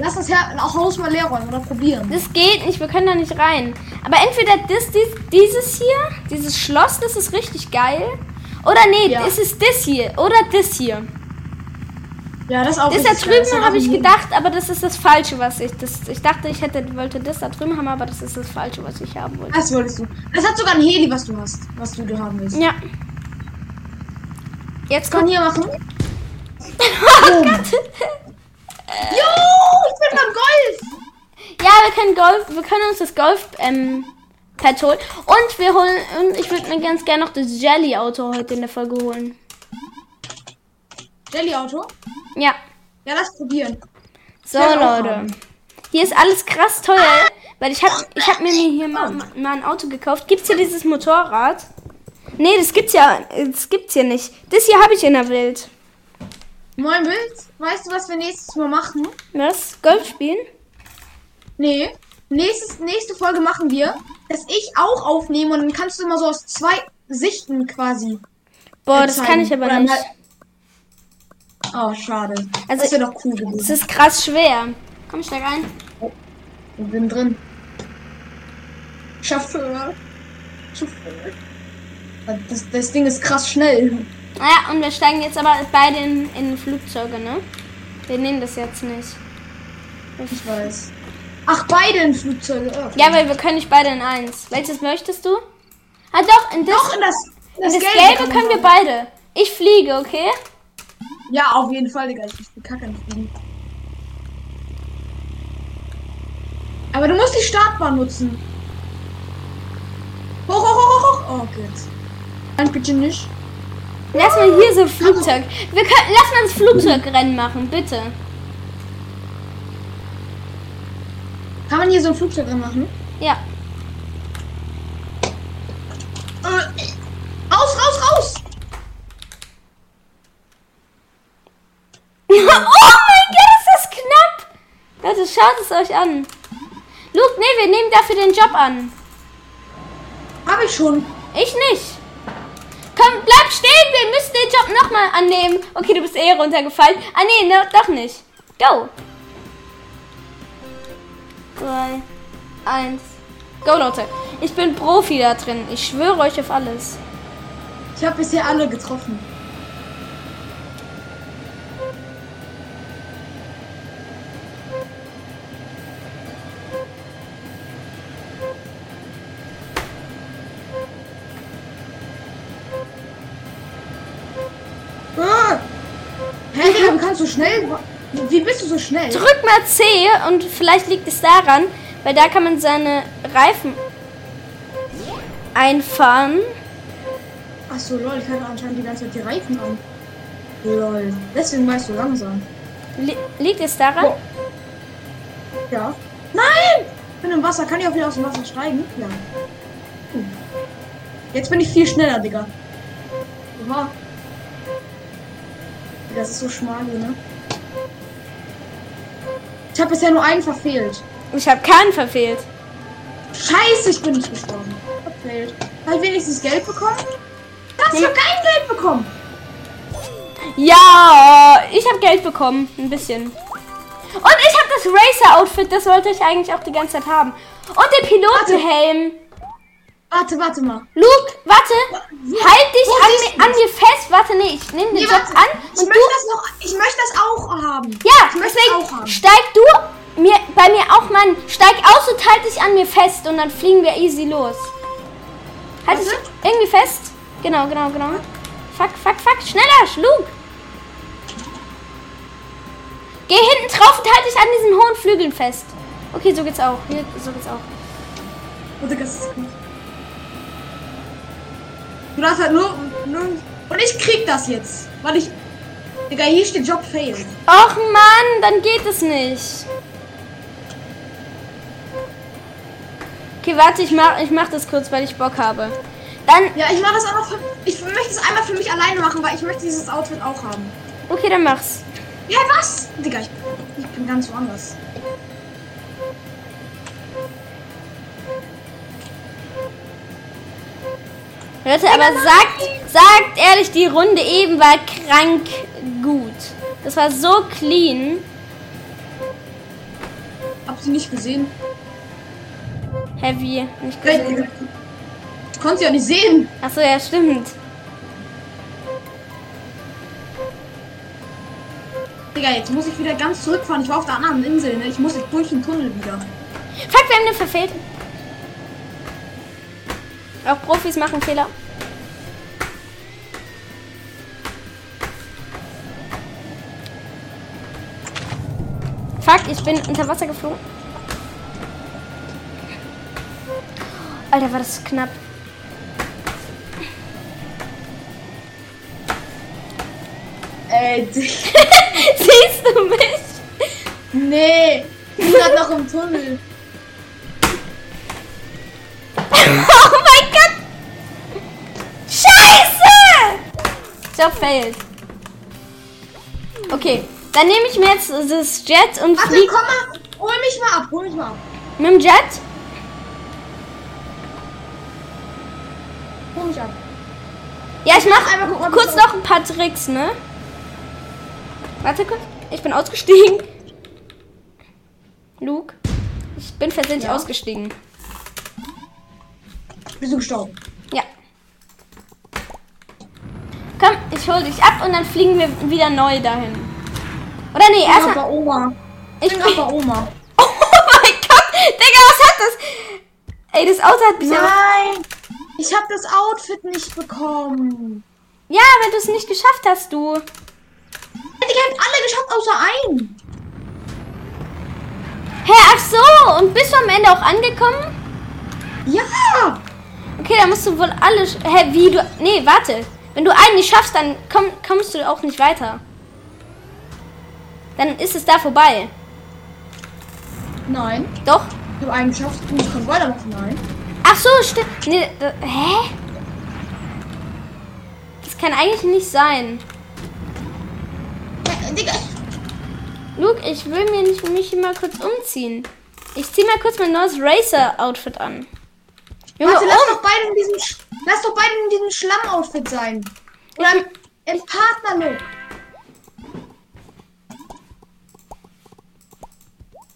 Lass das Her Haus mal leer räumen oder probieren. Das geht nicht, wir können da nicht rein. Aber entweder das, dies, dieses hier, dieses Schloss, das ist richtig geil. Oder nee, Ja. es ist das hier. Oder das hier. Ja, das ist auch Das da richtig geil. drüben hat habe ich einen gedacht, aber das ist das Falsche, was ich. Das, ich dachte, ich hätte, wollte das da drüben haben, aber das ist das Falsche, was ich haben wollte. Das wolltest du. Das hat sogar ein Heli, was du hast, was du dir haben willst. Ja. Jetzt Kann kommt. hier machen? Oh Gott. Jo, ich bin beim Golf. Ja, wir können Golf, wir können uns das Golf ähm, Pad holen. Und wir holen, und ich würde mir ganz gerne noch das Jelly Auto heute in der Folge holen. Jelly Auto. Ja. Ja, lass probieren. So will auch Leute. haben. Hier ist alles krass teuer, weil ich hab, ich hab mir hier mal, mal ein Auto gekauft. Gibt's hier dieses Motorrad? Nee, das gibt's ja, das gibt's hier nicht. Das hier habe ich in der Welt. Moin Bild, weißt du, was wir nächstes Mal machen? Was? Golf spielen? Nee. Nächstes, nächste Folge machen wir, dass ich auch aufnehme und dann kannst du immer so aus zwei Sichten quasi. Boah, äh, das zeigen. kann ich aber Oder nicht. mal- Oh, schade. Also Also das wäre doch cool Das gewesen. ist krass schwer. Komm schnell rein. Wir sind drin. Chauffeur. Chauffeur. Das, das Ding ist krass schnell. Naja, und wir steigen jetzt aber beide in, in Flugzeuge, ne? Wir nehmen das jetzt nicht. Ich weiß. Ach, beide in Flugzeuge. Oh, okay. Ja, weil wir können nicht beide in eins. Welches möchtest du? Ah doch, in das, Doch, in das, in das, Gelbe, kann können wir man- beide. Ich fliege, okay? Ja, auf jeden Fall, Digga. Ich will Kacke fliegen. Aber du musst die Startbahn nutzen. Hoch, hoch, hoch, hoch, hoch. Oh, Gott. Nein, bitte nicht. Lass mal hier so ein Flugzeug. Wir können, lass mal das Flugzeugrennen machen, bitte. Kann man hier so ein Flugzeug dran machen? Ja. Äh, raus, raus, raus! oh mein Gott, ist das knapp! Leute, schaut es euch an. Luke, nee, wir nehmen dafür den Job an. Hab ich schon. Ich nicht. Komm, bleib stehen, wir müssen den Job nochmal annehmen. Okay, du bist eh runtergefallen. Ah nee, ne, doch nicht. Go. Drei, eins. Go, Leute. Ich bin Profi da drin. Ich schwöre euch auf alles. Ich habe bisher alle getroffen. Ah! Hä, Digga, du kannst so schnell. Wie- Wie bist du so schnell? Drück mal C und vielleicht liegt es daran, weil da kann man seine Reifen einfahren. Achso, lol, ich hatte anscheinend die ganze Zeit die Reifen an. Lol. Deswegen war ich so langsam. Li liegt es daran? Oh. Ja. Nein! Ich bin im Wasser. Kann ich auch wieder aus dem Wasser steigen? Ja. Hm. Jetzt bin ich viel schneller, Digga. Oha. Digga, Das ist so schmal, hier, ne? Ich habe bisher nur einen verfehlt. Ich habe keinen verfehlt. Scheiße, ich bin nicht gestorben. Verfehlt. Habe ich wenigstens Geld bekommen? Hast du Nee. kein Geld bekommen? Ja, ich habe Geld bekommen, ein bisschen. Und ich habe das Racer-Outfit, das wollte ich eigentlich auch die ganze Zeit haben. Und den Pilotenhelm. Warte, warte mal. Luke, warte. Halt dich Wo siehst an, du mir- an mir fest. Warte, nee, ich nehme den Nee, Job warte. an ich und möchte du das noch. Ich möchte das auch haben. Ja, ich möchte das auch deswegen haben. steig du mir, bei mir auch mal an. Steig aus und halt dich an mir fest und dann fliegen wir easy los. Halt dich Warte. irgendwie fest. Genau, genau, genau. Fuck, fuck, fuck. Schneller, schlug. Geh hinten drauf und halt dich an diesen hohen Flügeln fest. Okay, so geht's auch. Hier, so geht's auch. Warte, das ist gut. Du darfst halt nur, nur. Und ich krieg das jetzt. Weil ich. Digga, hier steht Job fail. Och Mann, dann geht es nicht. Okay, warte, ich mach, ich mach das kurz, weil ich Bock habe. Dann Ja, ich mach das auch noch für. Ich möchte es einmal für mich alleine machen, weil ich möchte dieses Outfit auch haben. Okay, dann mach's. Ja, was? Digga, ich, ich bin ganz woanders. Leute, aber sagt, sagt ehrlich, die Runde eben war krank gut. Das war so clean. Hab sie nicht gesehen. Heavy, nicht gesehen. Ich konnte sie auch nicht sehen. Achso, ja, stimmt. Digga, jetzt muss ich wieder ganz zurückfahren. Ich war auf der anderen Insel. Ne? Ich muss jetzt durch den Tunnel wieder. Fuck, wir haben den verfehlt. Auch Profis machen Fehler. Fuck, ich bin unter Wasser geflogen. Alter, war das knapp. Äh, Digga. Siehst du mich? Nee, ich bin grad noch im Tunnel. Oh mein Gott! Scheiße! Job failed. Okay, dann nehme ich mir jetzt das Jet und Warte, fliege komm mal, hol mich mal ab, hol mich mal ab. mit dem Jet. Hol mich ab. Ja, ich Einmal gucken, mache ob kurz ich- noch ein paar Tricks, ne? Warte kurz, ich bin ausgestiegen. Luke, ich bin versehentlich Ja. ausgestiegen. Bist du gestorben? Ja. Komm, ich hol dich ab und dann fliegen wir wieder neu dahin. Oder nee, Ich bin grad erstmal. bei Oma. Ich bin grad bei Oma. Oh mein Gott! Digga, was hat das? Ey, das Auto hat mich aber. Nein, ich habe das Outfit nicht bekommen. Ja, weil du es nicht geschafft hast, du. Ich habe alle geschafft, außer einen. Hä, ach so. Und bist du am Ende auch angekommen? Ja, Okay, dann musst du wohl alle. sch- Hä, wie du. Nee, warte. Wenn du einen nicht schaffst, dann komm, kommst du auch nicht weiter. Dann ist es da vorbei. nein. Doch? Ich habe einen geschafft, du musst Controller machen, nein. Ach so, stimmt. Nee, da, hä? Das kann eigentlich nicht sein. Äh, Digga, Luke, ich will mir nicht, mich hier mal kurz umziehen. Ich zieh mal kurz mein neues Racer-Outfit an. Junge, warte, lass oh, doch beide in diesem, Sch- lass doch beide in diesem Schlamm-Outfit sein. Oder im, im Partnerlook.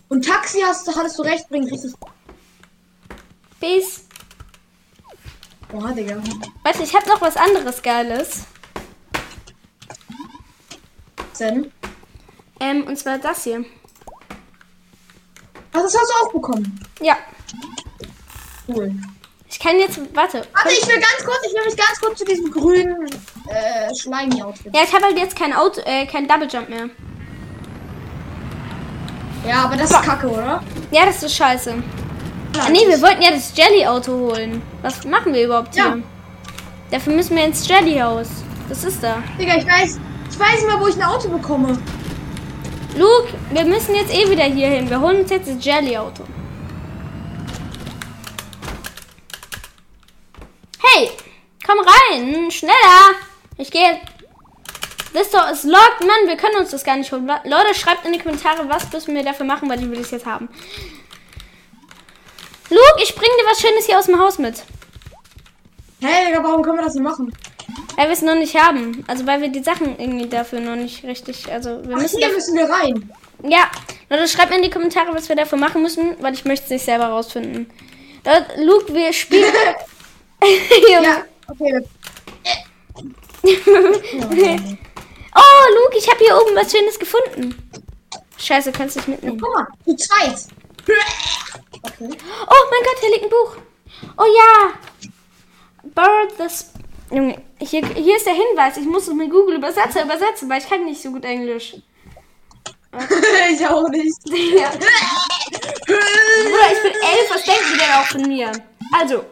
Und Taxi hast du, hattest du recht, bringt richtig. oh, Base. Boah, Digga. Warte, ich hab noch was anderes Geiles. Zen. Ähm, und zwar das hier. Also, das hast du auch bekommen. Ja. Cool. Ich kann jetzt. Warte. Warte, ich will ganz kurz, ich will mich ganz kurz zu diesem grünen äh, Schleimi-Outfit. Ja, ich habe halt jetzt kein Auto, äh, kein Double Jump mehr. Ja, aber das ist kacke, oder? Ja, das ist scheiße. Ja, Ah, nee, wir wollten ja das Jelly-Auto holen. Was machen wir überhaupt hier? Ja. Dafür müssen wir ins Jelly-Haus. Das ist da. Digga, ich weiß, ich weiß nicht mehr, wo ich ein Auto bekomme. Luke, wir müssen jetzt eh wieder hier hin. Wir holen uns jetzt das Jelly-Auto. Hey, komm rein, schneller. Ich gehe. Das Tor ist locked, Mann, wir können uns das gar nicht holen. Wa- Leute, schreibt in die Kommentare, was müssen wir dafür machen, weil die will ich jetzt haben. Luke, ich bring dir was Schönes hier aus dem Haus mit. Hey, Digga, warum können wir das nicht machen? Weil wir es noch nicht haben. Also, weil wir die Sachen irgendwie dafür noch nicht richtig. Also, wir Ach, müssen hier müssen wir rein. Ja, Leute, schreibt mir in die Kommentare, was wir dafür machen müssen, weil ich möchte es nicht selber rausfinden. Leute, Luke, wir spielen. Ja, okay. Oh, Luke, ich habe hier oben was Schönes gefunden. Scheiße, kannst du nicht mitnehmen. Guck mal, zu zweit. Okay. Oh mein Gott, hier liegt ein Buch. Oh ja. Borrowed this. Junge, hier, hier ist der Hinweis. Ich muss es mit Google Übersetzer übersetzen, weil ich kann nicht so gut Englisch. ich auch nicht. Ja. Bruder, ich bin elf, was denken die denn auch von mir? Also,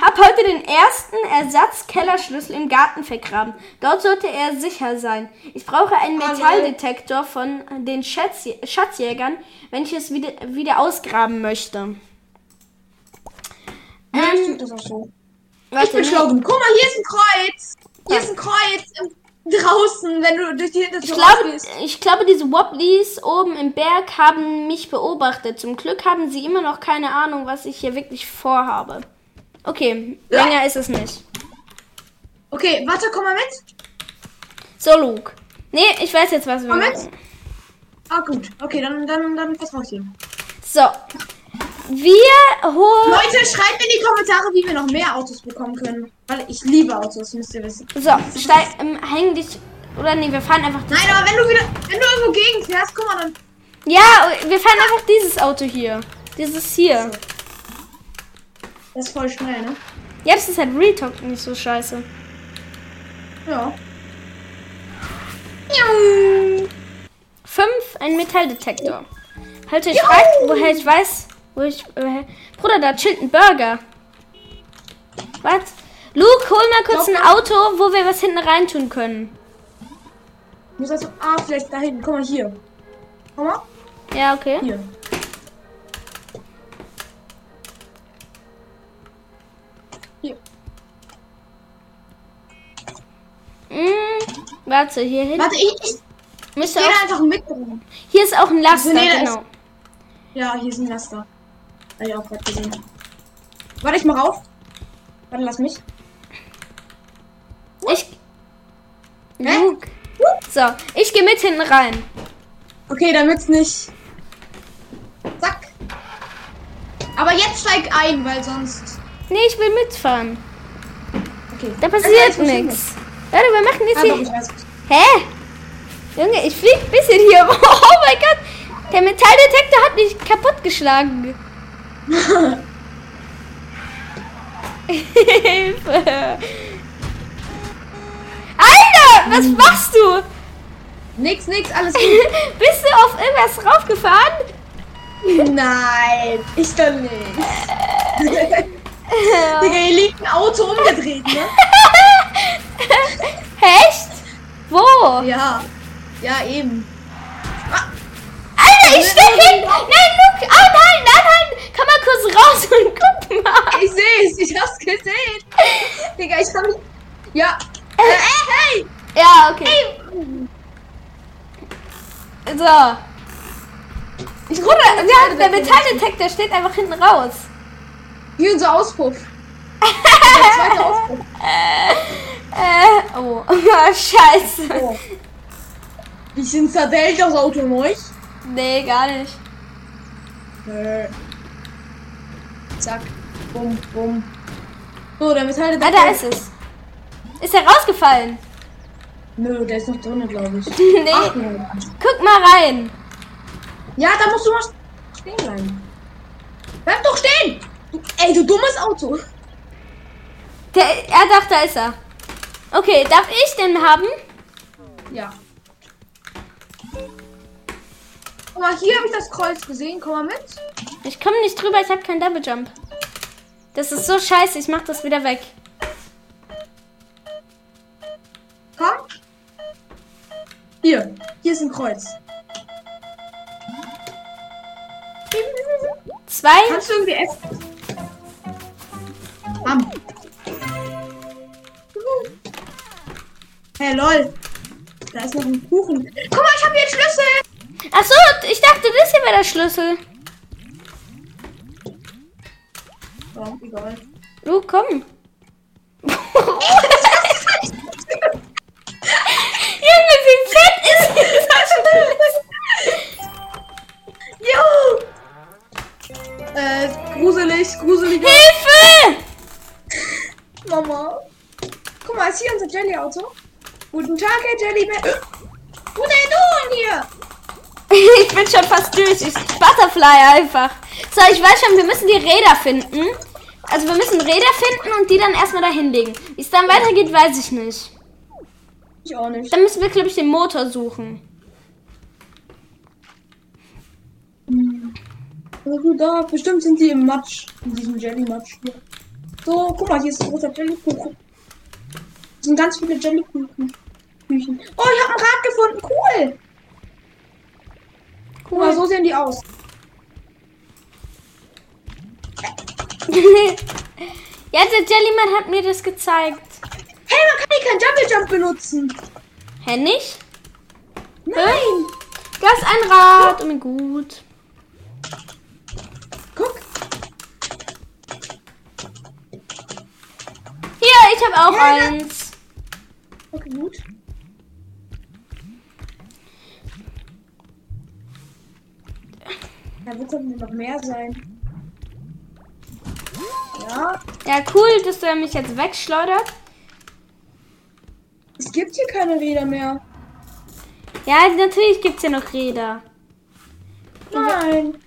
hab heute den ersten Ersatzkellerschlüssel im Garten vergraben. Dort sollte er sicher sein. Ich brauche einen Oh, Metalldetektor von den Schätz- Schatzjägern, wenn ich es wieder, wieder ausgraben möchte. Vielleicht Ähm, tut das auch so. Ich Warte, bin ne? schlau genug. Guck mal, hier ist ein Kreuz. Hier ist ein Kreuz im- draußen, wenn du durch die Ich Hintertür glaube, rausgehst. ich glaube, diese Wobblies oben im Berg haben mich beobachtet. Zum Glück haben sie immer noch keine Ahnung, was ich hier wirklich vorhabe. Okay, länger ist es nicht. Okay, warte, komm mal mit. So, Luke. Nee, ich weiß jetzt, was wir Moment. machen. Ah, gut. Okay, dann, dann, dann vertraue ich dir. So. Wir holen. Leute, schreibt in die Kommentare, wie wir noch mehr Autos bekommen können. Weil ich liebe Autos, müsst ihr wissen. So, steig, ähm, häng dich. Oder nee, wir fahren einfach. Nein, aber wenn du wieder, wenn du irgendwo gegenfährst, guck mal, dann Ja, wir fahren einfach dieses Auto hier. Dieses hier. das ist voll schnell, ne? Jetzt ist halt Real Talk nicht so scheiße. Ja. Fünf, ein Metalldetektor. Halt, ich frag, woher ich weiß, wo ich. Woher... Bruder, da chillt ein Burger. Was? Luke, hol mal kurz ein Auto, wo wir was hinten reintun können. Ich muss also, ah, vielleicht da hinten. Guck mal hier. Guck mal, Ja, okay. hier. Hier. Mm, warte, hier hinten. Warte, ich, ich Müsste geh auch, da einfach mit rum. hier ist auch ein Laster, Nee, da ist- genau. Ja, hier ist ein Laster. Hab ich auch gerade gesehen. Warte, ich mach auf. Warte, lass mich. Ich. Hä? Luke. So, ich gehe mit hinten rein. Okay, damit's nicht. Zack. Aber jetzt steig ein, weil sonst. Nee, ich will mitfahren. Okay. Da Also, jetzt passiert muss ich nichts. Warte, wir machen mit. jetzt Ah, doch, hier. ich weiß. Hä? Junge, ich flieg ein bisschen hier. Oh mein Gott. Der Metalldetektor hat mich kaputtgeschlagen. Hilfe. Alter, was machst du? Nix, nix, alles gut. Bist du auf irgendwas raufgefahren? Nein, ich doch nicht. Oh Digga, hier liegt ein Auto umgedreht, ne? Echt? Wo? Ja. Ja, eben. Alter, ich steck hinten. Nein, Luke, anhalten, anhalten. Komm mal kurz raus und guck mal. Ich seh's, ich hab's gesehen. Digga, ich hab mich. Ja. Äh, hey, hey! Ja, okay. So. Ich Bruder, ja, der Metalldetektor steht einfach hinten raus. Wie unser Auspuff. Der zweite Auspuff. Äh, oh, Ah, scheiße. Oh. Wie sind zerdellt das Auto neu? Nee, gar nicht. Äh. Zack. Bum, bum. So, der Metall. Ah, da ist es. Ist er rausgefallen? Nö, der ist noch drinnen, glaube ich. Nee, Ach, nö. guck mal rein. Ja, da musst du mal stehen bleiben. Bleib doch stehen! Du, ey, du dummes Auto! Der, er dachte, da ist er. Okay, darf ich den haben? Ja. Guck mal, hier habe ich das Kreuz gesehen. Komm mal mit. Ich komme nicht drüber, ich habe keinen Double Jump. Das ist so scheiße, ich mach das wieder weg. Komm. Hier. Hier ist ein Kreuz. Zwei. Kannst du irgendwie essen? Bam. Hey, lol. Da ist noch ein Kuchen. Guck mal, ich habe hier einen Schlüssel. Ach so, ich dachte, das hier wäre der Schlüssel. Oh, egal. Lu, komm. Junge, wie fett ist dieser Schlüssel? Juhu! Äh, gruselig, gruselig. Hilfe! Mama. Guck mal, ist hier unser Jelly-Auto? Guten Tag, Herr Jellyman. Wo denn du denn hier? Ich bin schon fast durch. Ich Butterfly einfach. So, ich weiß schon, wir müssen die Räder finden. Also wir müssen Räder finden und die dann erstmal dahin legen. Wie es dann weitergeht, weiß ich nicht. Ich auch nicht. Äh, Dann müssen wir, glaube ich, den Motor suchen. Also da, bestimmt sind die im Matsch. In diesem Jelly-Matsch hier. So, guck mal, hier ist ein großer Jellykuchen. Das sind ganz viele Jellykuchen. Küchen. Oh, ich habe ein Rad gefunden. Cool. Guck mal, so sehen die aus. ja, der Jellyman hat mir das gezeigt. Hey, man kann hier keinen Double Jump benutzen. Hä, nicht? Nein. Da ist ein Rad. Oh mein Gut. Guck. Hier, ich habe auch Ja, ja. eins. Okay, gut. Ja, wo könnten denn noch mehr sein? Ja, Ja, cool, dass er mich jetzt wegschleudert. es gibt hier keine Räder mehr. Ja, natürlich gibt's hier noch Räder. Nein.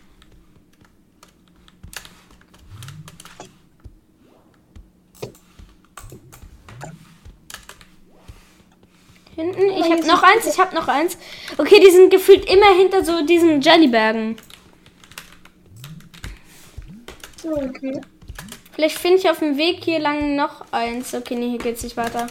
Hinten, ich habe noch eins, ich habe noch eins. Okay, die sind gefühlt immer hinter so diesen Jellybergen. So, okay. Vielleicht finde ich auf dem Weg hier lang noch eins. Okay, nee, hier geht's nicht weiter.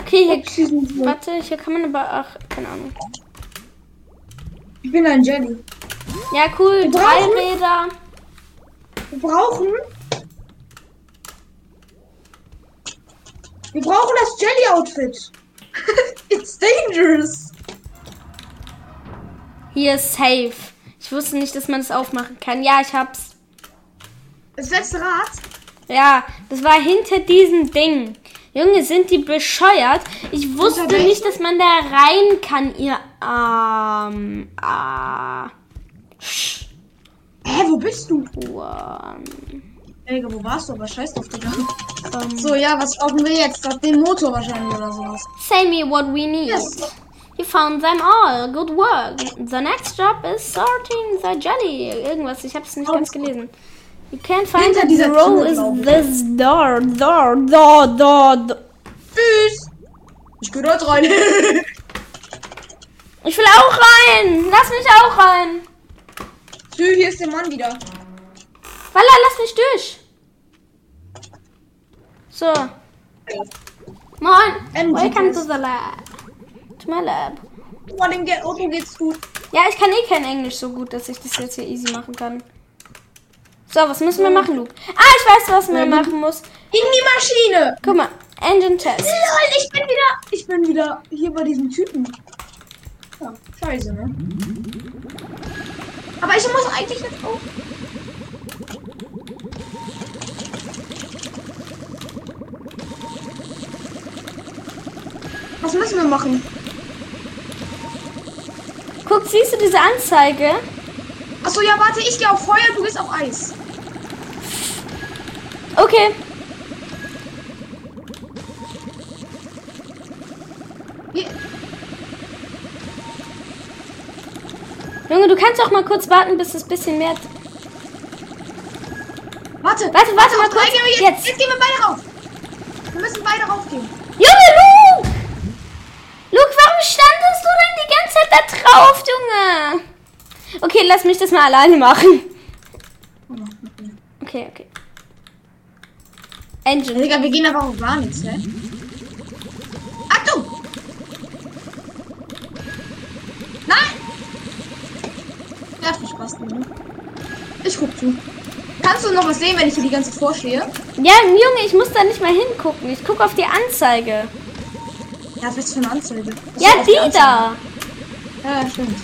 Okay, hier. Abschießen wir. Warte, hier kann man aber. Ach, keine Ahnung. Ich bin ein Jelly. Ja, cool. Drei brauchen- Räder. Wir brauchen. Wir brauchen das Jelly-Outfit. It's dangerous. Hier ist safe. Ich wusste nicht, dass man das aufmachen kann. Ja, ich hab's. Das letzte Rad. Ja, das war hinter diesem Ding. Junge, sind die bescheuert? Ich wusste welchem? nicht, dass man da rein kann, ihr Arm. Ah. Sch- Hä, wo bist du? Uhr. Helge, wo warst du? Aber scheiß drauf, Digga. Ähm, So, ja, was brauchen wir jetzt? Das- Den Motor wahrscheinlich oder sowas. Say me what we need. Yes. You found them all. Good work. The next job is sorting the jelly. Irgendwas, ich hab's nicht Oh. ganz gelesen. You can't find Hinter it. dieser The row Tür, is glaub ich. this door, door, door, door, door. Tschüss. Ich geh dort rein. Ich will auch rein. Lass mich auch rein. Tschüss, hier ist der Mann wieder. Walla, lass mich durch. So. Moin. Ähm, Welcome to Titus. the lab. To my lab. Boah, dem Ge- Auto geht's gut. Ja, ich kann eh kein Englisch so gut, dass ich das jetzt hier easy machen kann. So, was müssen wir machen, Luke? Ah, ich weiß, was man machen muss. In die Maschine. Guck mal. Engine Test. Lol, ich bin wieder. Ich bin wieder hier bei diesem Typen. Ja, scheiße, ne? Aber ich muss eigentlich jetzt auch. Was müssen wir machen? Guck, siehst du diese Anzeige? Achso, ja, warte, ich gehe auf Feuer, du gehst auf Eis. Okay. Hier- Junge, du kannst auch mal kurz warten, bis es ein bisschen mehr... Warte, warte, mal auf drei kurz. gehen wir Jetzt. jetzt. jetzt gehen wir beide rauf. Wir müssen beide raufgehen. Junge, Luke! Luke, warum standest du denn die ganze Zeit da drauf, Junge? Okay, lass mich das mal alleine machen. Oh, Okay, okay. Engine. Digga, wir gehen aber auch gar nichts, ne? Achtung! Nein! Ja, viel Spaß, ne? Ich guck zu. Kannst du noch was sehen, wenn ich hier die ganze Zeit vorstehe? Ja, Junge, ich muss da nicht mal hingucken. Ich gucke auf die Anzeige. Ja, was für eine Anzeige. Das Ja, ist auf der die da. Anzeige. Ja, stimmt.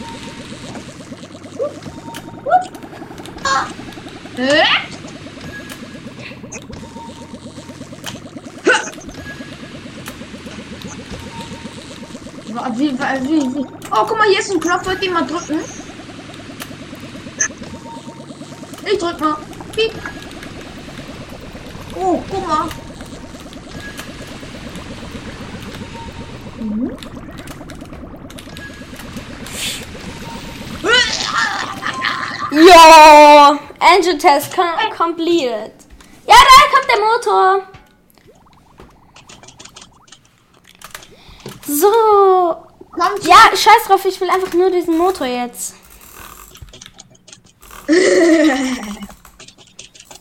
Ah. Äh? Wie, wie, wie, wie? Oh, guck mal, hier ist ein Knopf, wollt ihr mal drücken? Ich drück mal. Piep. Oh, guck mal. Mhm. Ja. Engine Test com completed. Ja, da kommt der Motor. So. Kommt Ja, scheiß drauf, ich will einfach nur diesen Motor jetzt.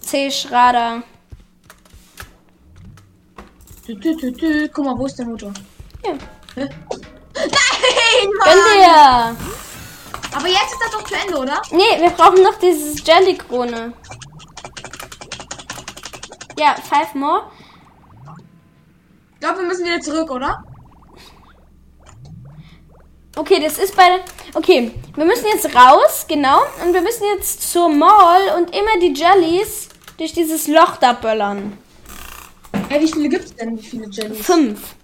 C. Schrader. Tü, tü, tü, tü. Guck mal, wo ist der Motor? Ja. Hä? Nein, Gönn Mann! dir. Aber jetzt ist das doch zu Ende, oder? Nee, wir brauchen noch dieses Jelly-Krone. Ja, five more. Ich glaube, wir müssen wieder zurück, oder? Okay, das ist bei. Okay, wir müssen jetzt raus, genau. Und wir müssen jetzt zur Mall und immer die Jellies durch dieses Loch da böllern. Hä, wie viele gibt's denn? Wie viele Jellys? Fünf.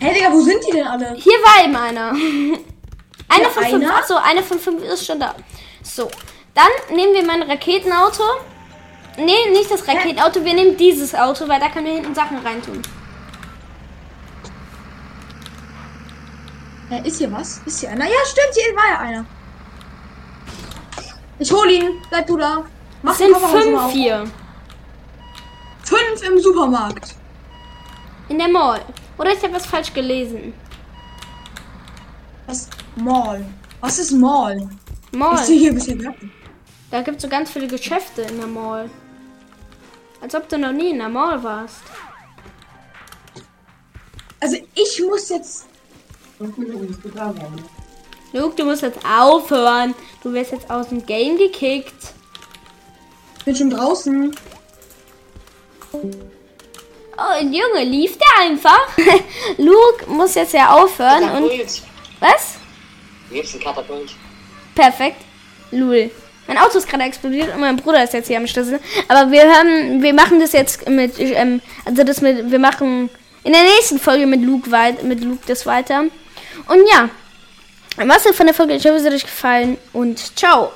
Hä, Digga, wo sind die denn alle? Hier war eben einer. Einer von fünf. einer? Achso, eine von fünf ist schon da. So. Dann nehmen wir mein Raketenauto. Nee, nicht das Raketenauto, wir nehmen dieses Auto, weil da können wir hinten Sachen reintun. Hä, ist hier was? Ist hier einer? Ja, stimmt, hier war ja einer. Ich hol ihn. Bleib du da. Mach Es sind Kofferraum schon mal fünf auf. hier. Fünf im Supermarkt. In der Mall. Oder ich habe was falsch gelesen. Was? Mall. Was ist Mall? Ich zieh Mall. hier ein bisschen weg. Da gibt es so ganz viele Geschäfte in der Mall. Als ob du noch nie in der Mall warst. Also ich muss jetzt. Luke, du musst jetzt aufhören. Du wirst jetzt aus dem Game gekickt. Ich bin schon draußen. Oh, Junge, lief der einfach? Luke muss jetzt ja aufhören und... Katapult. Was? Hier ist ein Katapult. Perfekt. Lul. Mein Auto ist gerade explodiert und mein Bruder ist jetzt hier am Schlüssel. Aber wir haben, wir machen das jetzt mit, ähm, also das mit, wir machen in der nächsten Folge mit Luke weit, mit Luke das weiter. Und ja, was denn von der Folge? Ich hoffe, es hat euch gefallen und ciao.